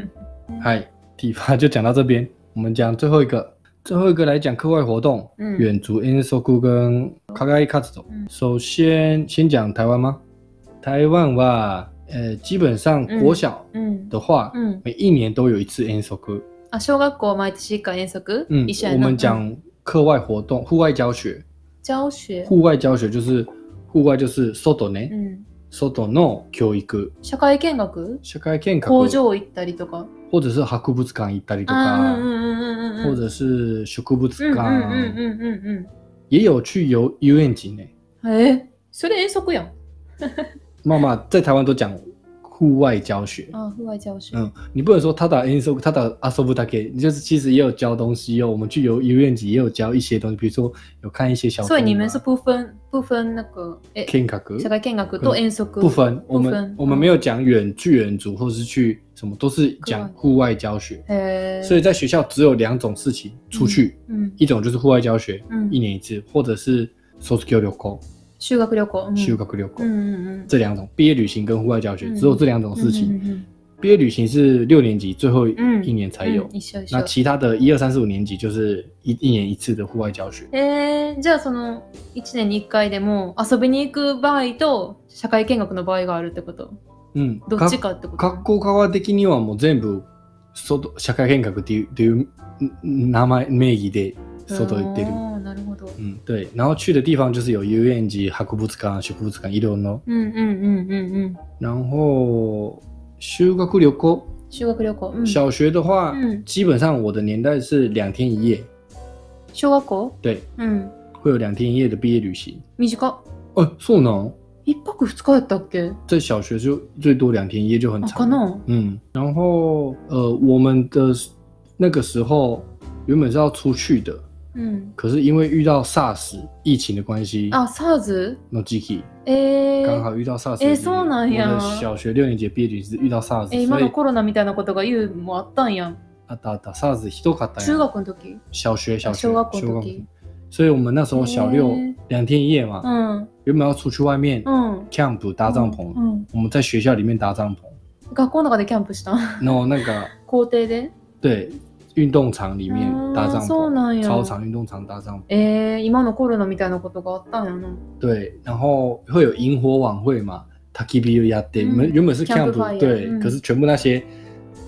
S1: 嗨，体罚就讲到这边，我们讲最后一个，最后一个来讲课外活动，
S2: 嗯
S1: 远足、n s o k u 跟 kagai k a t
S2: 嗯
S1: 首先先讲台湾吗？台湾吧，呃，基本上
S2: 嗯
S1: 国小
S2: うん。
S1: 的话，
S2: うん。
S1: 每一年都有一次 n s o k u
S2: あ、小学校毎年一回遠足、
S1: 嗯
S2: 一緒，や
S1: 我
S2: な。
S1: 们讲课外活
S2: 嗯
S1: 动，户外教学，
S2: 教学。
S1: 户外教学就是户外就是 soto 呢、
S2: うん。
S1: soto no 教育。
S2: 社会見学
S1: 社会見学
S2: 工場行ったりとか。
S1: 或者是博物館行ったりと
S2: あ
S1: か
S2: ー、うんうんうんうんうん。
S1: 或者是植物館、
S2: うんうんうんうんうん
S1: 也有去游游泳景呢。
S2: うん。えー、それ遠足やん。
S1: 妈妈在台湾都讲户外教学，
S2: あ、户外教学。
S1: 嗯，你不能说他打 insol，他打 asobu d a k 就是其实也有教东西哦。我们去游游泳景也有教一些东西，比如说有看一些小
S2: 所以你
S1: 动物
S2: 们
S1: 啊
S2: 是不分不分那个诶
S1: 見学
S2: 社会見学と遠足
S1: 不分，我
S2: 不分嗯
S1: 们我们没有讲远去远足或是去什么，都是
S2: 课
S1: 讲
S2: 外
S1: 户外教学。
S2: へえ
S1: 所以在学校只有两种事情出去，
S2: うん
S1: 一种就是户外教学，
S2: うん
S1: 一年一次，或者是 s o c i o 旅
S2: 嗯
S1: 行、
S2: 修学旅行うん
S1: 修学旅行、
S2: うんうんうん
S1: 这两种毕业旅行跟户外教学，
S2: 嗯嗯
S1: 只有这两种事情。
S2: うんうん
S1: 毕业旅行是六年级最后一年才
S2: うん
S1: 有，
S2: うん一緒一
S1: 那
S2: 緒
S1: 其他的一二三四五年级就是一一年一次的户外教学。
S2: えー、じゃあその1年に1回でも遊びに行く場合と社会見学の場合があるってこと
S1: 嗯，
S2: どっちかってこ
S1: か学
S2: と
S1: 校側的にはもう全部外社会見学っていうっていうん名前名義で外行ってる。
S2: あーなるほど
S1: 嗯，对，然后去的地方就是有游泳及博物館、植物館、いろんな。
S2: うんうんうんうんうん
S1: 然后修学旅行，
S2: 修学旅行、うん、
S1: 小学的话，
S2: 嗯
S1: 基本上我的年代是两天一夜，
S2: 小学校
S1: 对，
S2: うん
S1: 会有两天一夜的毕业旅行。
S2: 短っ
S1: 哦，そうなん？
S2: 1泊2日やったっけ
S1: 在小学就最多两天一夜就很
S2: あか
S1: 长。
S2: な
S1: 嗯，然后呃，我们的那个时候原本是要出去的，
S2: うん
S1: 可是因为遇到 SARS 疫情的关系，
S2: あ SARS?
S1: 那 j i
S2: えー、
S1: 刚好遇到 SARS，
S2: 哦诶哎
S1: 的时候
S2: そうなんや
S1: 我的小学六年级毕业旅行是遇到 SARS，
S2: えー
S1: 所
S2: 今
S1: 以
S2: のコロナみたいなことが言うもあったんやん。
S1: 啊打打 SARS ひどかった
S2: 中
S1: んや。
S2: 学の時。
S1: 小学小学
S2: 小学校的
S1: 小
S2: 時
S1: 学所以我们那时候小六
S2: 诶嗯
S1: 两天一夜嘛，
S2: うん。
S1: 原本要出去外面
S2: うん。
S1: camp 搭帐篷，
S2: うん。
S1: 我们在学校里面搭帐篷，
S2: 学校の中でキャンプしたん
S1: 然后那个
S2: 校庭で
S1: 对运动场里面搭
S2: あ
S1: 帐
S2: ーそう
S1: 篷，
S2: なんや。
S1: 操场运动场搭帐篷。
S2: えー、今のコロナみたいなことがあったんやな。
S1: 对，然后会有萤火晚会嘛 t a k i b i y a d 我们
S2: 嗯
S1: 原本是 camp，
S2: campfire，
S1: 对，
S2: 嗯
S1: 可是全部那些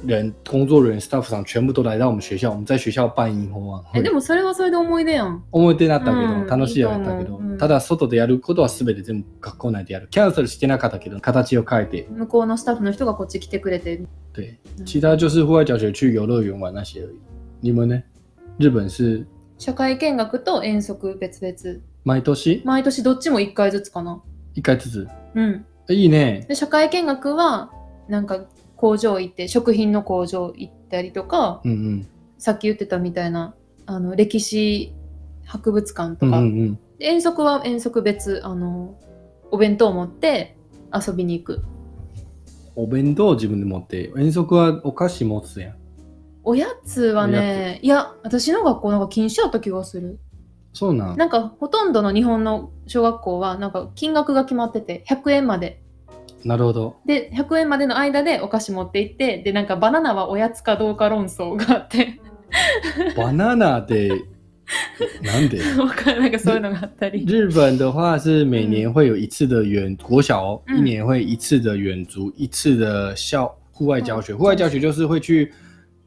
S1: 人、工作人员、staff 上全部都来到我们学校，我们在学校办萤火晚会
S2: え、で。もそれはそれで思い出やん。
S1: 思い出になったけど、
S2: うん
S1: 楽しいやったけど、
S2: いいと思ううん
S1: ただ外でやることは全て全部学校内でやる。キャンセルしてなかったけど、形を変えて。
S2: 向こうのスタッフの人がこっち来てくれて。
S1: 对，其他就是户外教学、去游乐园玩那些而已。你们呢？日本是
S2: 社会見学と遠足別々。
S1: 毎年
S2: 毎年どっちも1回ずつかな。
S1: 一回ずつ。
S2: うん。
S1: えいいね。
S2: で社会見学はなんか工場行って食品の工場行ったりとか
S1: うんうん。
S2: さっき言ってたみたいなあの歴史博物館
S1: う
S2: と
S1: ん
S2: か、
S1: うんうん。
S2: で遠足は遠足別あのお弁当を持って遊びに行く
S1: お弁当を自分で持って、遠足はお菓子持つやん。
S2: おやつはねいや私の学校なんか禁止やった気がする
S1: そうなん。
S2: なんかほとんどの日本の小学校はなんか金額が決まってて100円まで
S1: なるほど。
S2: で100円までの間でお菓子持って行ってでなんかバナナはおやつかどうか論争があって
S1: バナナで、なんで
S2: わかんないなんかそういうのがあったり
S1: 日本的话是每年会有一次的远国小、哦，
S2: 嗯
S1: 一年会一次的远足，一次的校户外教学。户外教学就是会去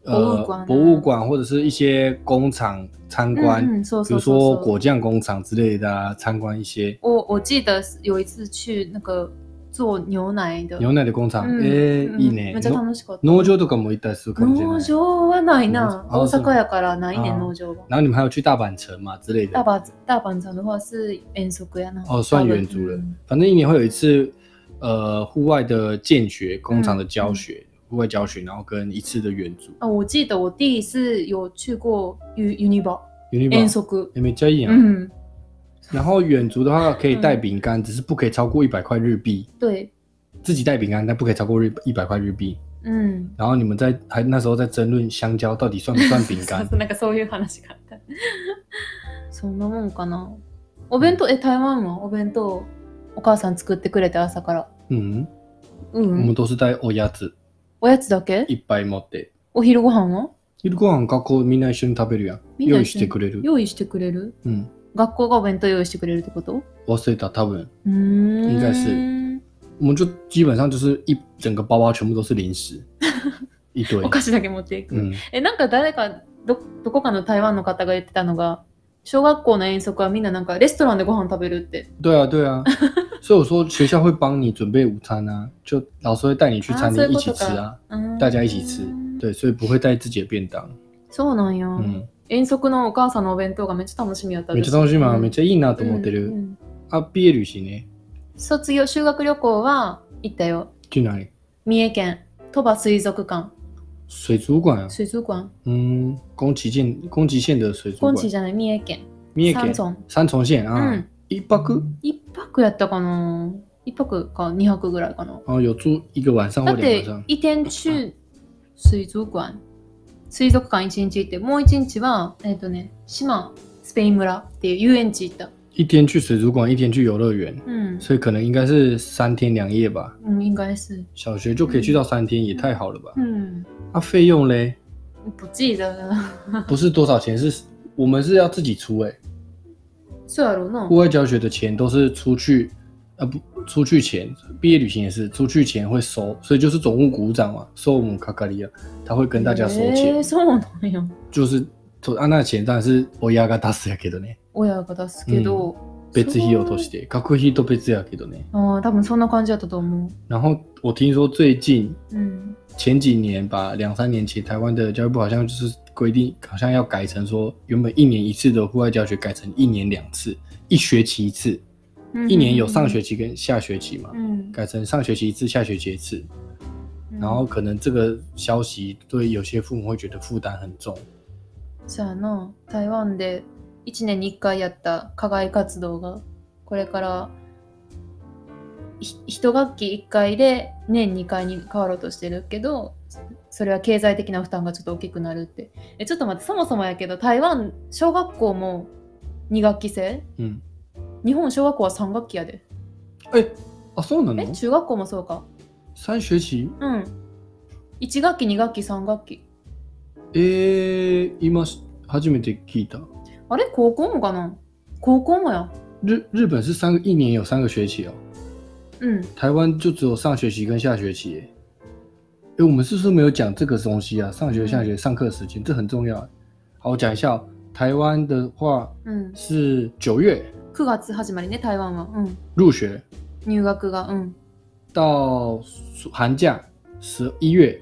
S2: 嗯
S1: 呃
S2: 博物馆啊
S1: 博物馆或者是一些工厂参观，
S2: 嗯嗯，说
S1: 比如
S2: 说
S1: 说
S2: 说
S1: 果酱工厂之类的啊，参观一些
S2: 我我记得有一次去那个做牛奶的，
S1: 牛奶的工
S2: 嗯
S1: 厂。诶、
S2: うん
S1: いい
S2: め
S1: ね
S2: っ。ちゃ楽しかった。
S1: 農場とかも行ったりするかもしれな
S2: 農
S1: い。
S2: 場はないな。
S1: あ
S2: 大
S1: そう
S2: 阪やからないね
S1: あ
S2: ん農場は。
S1: 然后你们还有去大阪城嘛之类的
S2: 大。阪大阪城的话是遠足やな。
S1: 哦，算远足了。反正一年会有一次，呃，户外的建学、工厂的教学、户外教学，然后跟一次的远足。
S2: 啊，我记得我第一次有去过 U Uniba
S1: u n i
S2: 遠足。嗯
S1: めっちゃいいやん。
S2: うん。
S1: 啊然后远足的话可以带饼干，只是不可以超过一百块日币。
S2: 对，
S1: 自己带饼干，但不可以超过日一百块日币。
S2: うん。
S1: 然后你们在还那时候在争论香蕉到底算不算饼干
S2: そう。そうなんかそういう話があった。 そんなもんかな。お弁当、え、台湾もお弁当、お母さん作ってくれて朝から。
S1: 嗯，
S2: う
S1: 我
S2: ん、
S1: 们都是带おやつ
S2: おやつだけ
S1: いっぱい持って。
S2: お昼ご飯は
S1: 昼ご飯学校みんな一緒に食べるやん。
S2: みんな
S1: 用意
S2: 一
S1: し
S2: 緒に
S1: てくれる。
S2: 用意してくれる
S1: うん。
S2: 学校がお弁当用意してくれるってこと
S1: 忘れた多分。
S2: うーん。
S1: 应该是我们就基本上就是一整个包包全部都是零 食，一堆
S2: お。菓子だけ持っていく。
S1: 嗯，
S2: え、なんか誰かど、どこかの台湾の方が言ってたのが、小学校の遠足はみんななんかレストランでご飯食べるって。
S1: 对啊，对 啊。所以我说学校会帮你准备午餐啊，就老师会带你去餐
S2: 啊
S1: 厅
S2: 所以
S1: 一
S2: 不
S1: 起吃
S2: 懂得
S1: 啊。
S2: うん
S1: 大家一起吃。对，所以不会带自己的便当。
S2: そうなんや。
S1: 嗯，
S2: 遠足のお母さんのお弁当がめっちゃ楽しみやった
S1: めっちゃ楽しいな、めっちゃいいなと
S2: うん
S1: 思って
S2: う
S1: る。
S2: ん
S1: あ、啊毕业旅行ね。
S2: 卒業修学旅行は行ったよ
S1: 去哪里？
S2: 三重県鳥羽水族館
S1: 水族馆啊。
S2: 水族館
S1: 嗯，宫崎県宫崎县的水族
S2: 今
S1: 馆。
S2: 地じゃない三重県
S1: 三重
S2: 三
S1: 県
S2: 尊
S1: 三重县
S2: う
S1: 啊
S2: ん。
S1: 一泊
S2: 一泊やったかな一泊か二泊ぐらいかな
S1: 哦，有住一个晚上
S2: だ
S1: 或两
S2: っ
S1: 个
S2: て
S1: 晚上。
S2: 移転中水族館水族館一日行ってもう一日はえっ、とね島スペイン村っていう遊園地行った
S1: 一天去水族馆，一天去游乐园，
S2: うん、
S1: 所以可能应该是三天两夜吧。
S2: うん、应该是
S1: 小学就可以去到三天，也太好了吧？
S2: うん
S1: 啊，费用嘞，
S2: 不记得了
S1: 不是多少钱，是我们是要自己出哎、
S2: そうやろうな
S1: 户外教学的钱都是出去，呃不，出去前，毕业旅行也是出去前会收，所以就是总务股长嘛，收我们卡卡利亚，他会跟大家收钱，
S2: えーそうなんや
S1: 就是と啊那钱当然是我やが出すやけどね，
S2: 親が出すけど、
S1: 別費用として、学費と別やけどね。
S2: そうあー多分そんな感じだったと思
S1: 然后我听说最近
S2: う、うん、
S1: 前几年吧，两三年前，台湾的教育部好像就是规定，好像要改成说，原本一年一次的户外教学改成一年两次，一学期一次，一年有上学期跟下学期嘛，
S2: うん、
S1: 改成上学期一次，下学期一次。
S2: うん
S1: 然后可能这个消息对有些父母会觉得负担很重，
S2: そうやな台湾で1年に1回やった課外活動がこれからひ一学期1回で年2回に変わろうとしてるけどそれは経済的な負担がちょっと大きくなるってえちょっと待ってそもそもやけど台湾小学校も2学期制
S1: 嗯，
S2: 日本小学校は3学期やで
S1: 哎、啊，そうな
S2: え
S1: の？
S2: 中学校もそうか
S1: 三学期？
S2: うん。1学期、2学期、3学期。
S1: えー、今し初めて聞いた。
S2: あれ高校もかな高校もや。
S1: 日日本是三个一年有三个学期哦，
S2: うん。
S1: 台湾就只有上学期跟下学期耶。哎，我们是不是没有讲这个东西啊？上学、
S2: 嗯
S1: 下学、上课时间，这很重要耶。好，我讲一下哦、台湾的话
S2: うん、
S1: 是九月
S2: 9月始まりね、台湾は。うん。
S1: 入学，
S2: 入学が。うん。
S1: 到暑寒假十一月，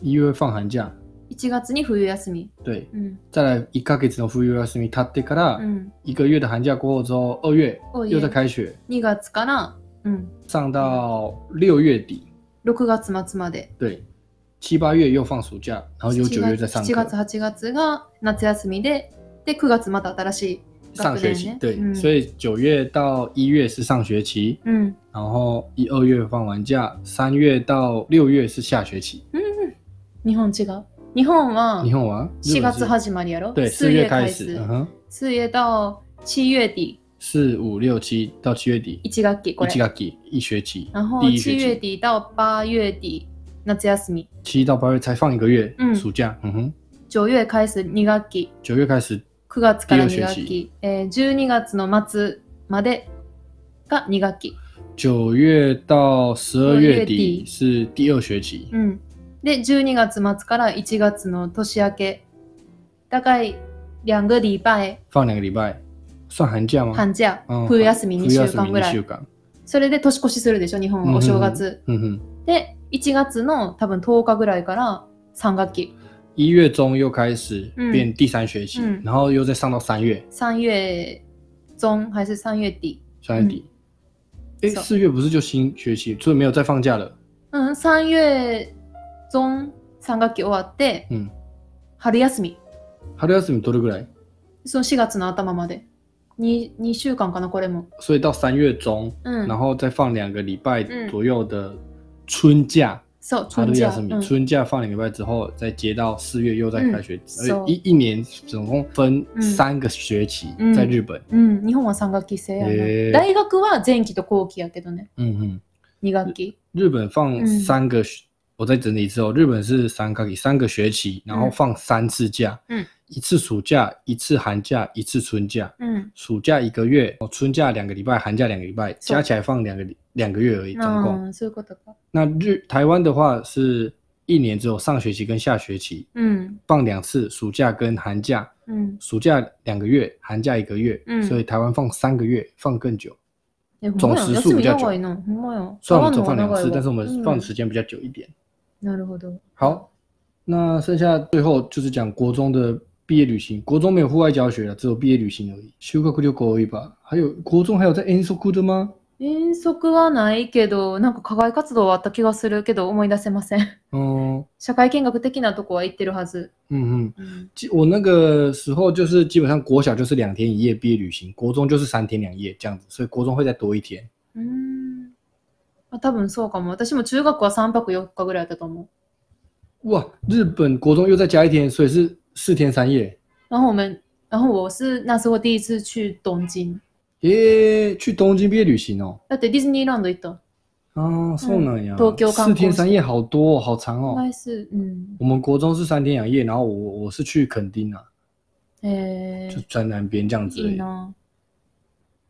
S1: 一月放寒假。
S2: 1月に冬休み。
S1: 对，
S2: うん。
S1: 再来一ヶ月の冬休み経ってか
S2: う
S1: ら
S2: ん、
S1: 一个月的寒假过后之后，二月
S2: 二月
S1: 又在开学，
S2: 2月から、うん、
S1: 上到六月底，
S2: 6月末まで。
S1: 对，七八月又放暑假，然后有九月再上
S2: 7
S1: 课
S2: 月、。8月が夏休みで、で、9月また新しい。
S1: 上学期
S2: 学年ね
S1: 对，
S2: 嗯
S1: 所以九月到一月是上学期，
S2: うん。
S1: 然后一二月放完假，三月到六月是下学期。
S2: 日本違う。日本は
S1: 你看我啊，日
S2: 4
S1: 本是
S2: 嗯月始まりやろ
S1: 对四月开始，嗯
S2: 4
S1: 哼，
S2: 月到7月底、
S1: 四五六七到七月底，
S2: 1学期、これ
S1: 一。学期一学期，
S2: 然后
S1: 第一
S2: 七
S1: 学
S2: 月
S1: 期
S2: 底到八月底夏休み，
S1: 七到八月才放一个月
S2: 嗯
S1: 暑假，嗯哼，
S2: 九月開始2学期、
S1: 九月开始，
S2: 9月か
S1: 第
S2: ら2
S1: 四
S2: 学
S1: 学
S2: 期
S1: 期、
S2: えー、12月の末までが2学期。
S1: 九月到十二月
S2: 十二月底
S1: 底
S2: 嗯
S1: 是第二学期，
S2: うん。で、12月末から1月の年明け、大概两个礼拜
S1: 放两个礼拜，算寒假吗？
S2: 半假
S1: 嗯，
S2: 冬休み2
S1: 冬
S2: 週
S1: 休
S2: 間
S1: み
S2: ぐら
S1: 一
S2: い
S1: 週。間，
S2: それで年越しするでしょ、日本はお正月。
S1: 嗯哼。
S2: で、1月の多分10日ぐらいから3学期。
S1: 一月中又开始
S2: 嗯
S1: 变第三学期，
S2: 嗯
S1: 然后又再上到三月，
S2: 3月中还是3月底
S1: 三月底。哎、
S2: 嗯 So-
S1: 四月不是就新学期，所以没有再放假了。
S2: うん、3月存3学期終わって、
S1: 嗯，
S2: 春休み、
S1: 春休み取るぐらい？
S2: その4月の頭まで 2, 2週間かな、これも。
S1: 所以到三月中，
S2: うん。
S1: 然后再放两个礼拜
S2: 嗯
S1: 左右的春假，
S2: そう、
S1: 查
S2: 春
S1: 理亚
S2: 假。
S1: 什米
S2: うん
S1: 春假放两个礼拜之后，再接到四月又再开学，
S2: 嗯
S1: 而且一一年总共分
S2: 嗯
S1: 三个学期
S2: 嗯
S1: 在日本。
S2: うん、日本は3学期制やな、
S1: へー
S2: 大学は前期と後期やけどね、
S1: 嗯嗯，
S2: 2学期。
S1: 日本放
S2: 嗯
S1: 三个学，我再整理之后，日本是三个三个学期，然后
S2: 嗯
S1: 放三次假，
S2: 嗯，
S1: 一次暑假，一次寒假，一次春假。
S2: うん。
S1: 暑假一个月，哦春假两个礼拜，寒假两个礼拜，
S2: そう
S1: 加起来放两个礼两个月而已，总共。
S2: ああ、そういうことか。
S1: 那日台湾的话是一年只有上学期跟下学期
S2: うん。
S1: 放两次，暑假跟寒假，
S2: うん。
S1: 暑假两个月，寒假一个月，
S2: 嗯
S1: 所以台湾放三个月，放更久。
S2: え、ほん
S1: 总
S2: まや。
S1: 时
S2: 休
S1: 数
S2: み
S1: 比较久
S2: 長いな。ほんまや。
S1: 虽然我
S2: 台
S1: 们只
S2: 湾の方
S1: 放两
S2: が長い
S1: 次，
S2: わ
S1: 但是我们放的
S2: う
S1: 时间比较久一点。
S2: んなるほど。
S1: 好，那剩下最后就是讲国中的毕业旅行，国中没有户外教学了，只有毕业旅行而已。修学旅行而已吧。还有国中还有在 e n s o k u 的吗？
S2: 遠足はないけど、なんか課外活動はあった気がするけど、思い出せません。
S1: 嗯
S2: 社会見学的なとこは行ってるはず。
S1: 嗯嗯。
S2: うん。
S1: 基我那个时候就是基本上国小就是两天一夜毕业旅行，国中就是三天两夜这样子，所以国中会再多一天。
S2: うーんあ多分そうかも。私も中学は3泊4日ぐらいだったと思う。
S1: 哇，日本国中又再加一天，所以是四天三夜。
S2: 然后我们，然后我是那时候第一次去东京。
S1: 耶，去东京毕业旅行哦。
S2: だってディズニーランド行った。
S1: 啊，送暖呀，
S2: 東京観光
S1: 四
S2: 哎
S1: 天三夜好多、哦，好长哦。
S2: 回数、うん。
S1: 我们国中是三天两夜，然后我我是去垦丁啊，
S2: え
S1: 就在南边这样
S2: ー、
S1: 子
S2: い
S1: 而
S2: い
S1: 已，
S2: な。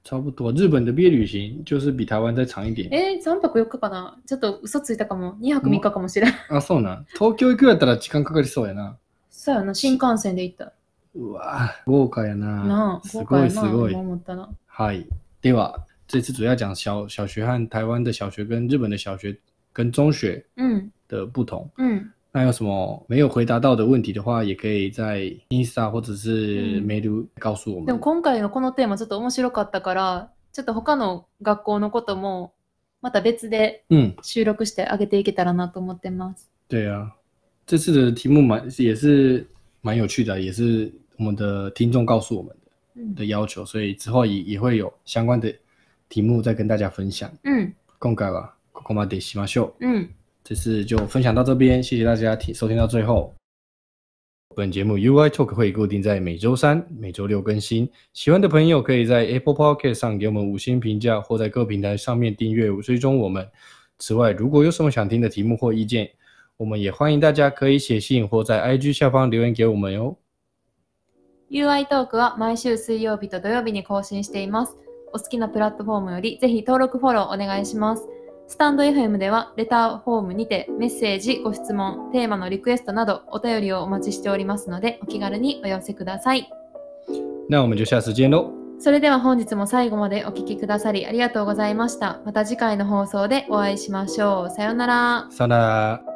S1: 差不多。日本的毕业旅行就是比台湾再长一点。
S2: えー、3泊4日かなちょっと嘘ついたかも。2泊3日かもしれん。
S1: 啊，送暖。東京行くやったら時間かかりそうやな。
S2: そうやな、新幹線で行った。
S1: うわ、豪華やな。
S2: なあ、
S1: す
S2: 豪
S1: ご
S2: 華
S1: い
S2: や
S1: す
S2: な、
S1: ごい。
S2: 思ったな。
S1: 嗨，では这次主要讲小小学和台湾的小学跟日本的小学跟中学
S2: うん、
S1: 的不同。
S2: うん、
S1: 那有什么没有回答到的问题的话，也可以在 Insta 或者是
S2: 嗯
S1: Mail 告诉我
S2: で
S1: 们。
S2: も今回のこのテーマちょっと面白かったから、ちょっと他の学校のこともまた別で
S1: 嗯，
S2: 収録してあげていけたらなと思ってます。
S1: 对啊，这次的题目蛮也是蛮有趣的，也是我们的听众告诉我们的
S2: うん
S1: 的要求，所以之后也也会有相关的题目再跟大家分享。
S2: うん、
S1: 今回はここまでしましょう。
S2: うん。
S1: 这次就分享到这边，谢谢大家听收听到最后。本节目 UI Talk 会固定在每周三、每周六更新，喜欢的朋友可以在 Apple Podcast 上给我们五星评价，或在各平台上面订阅、追踪我们。此外，如果有什么想听的题目或意见，我们也欢迎大家可以写信或在 IG 下方留言给我们哟、哦。
S2: UI トークは毎週水曜日と土曜日に更新しています。お好きなプラットフォームよりぜひ登録フォローお願いします。スタンド FM ではレターフォームにてメッセージ、ご質問、テーマのリクエストなどお便りをお待ちしておりますのでお気軽にお寄せください。
S1: 那我们就下次见喽，
S2: それでは本日も最後までお聴きくださりありがとうございました。また次回の放送でお会いしましょう。さようなら。
S1: さよなら。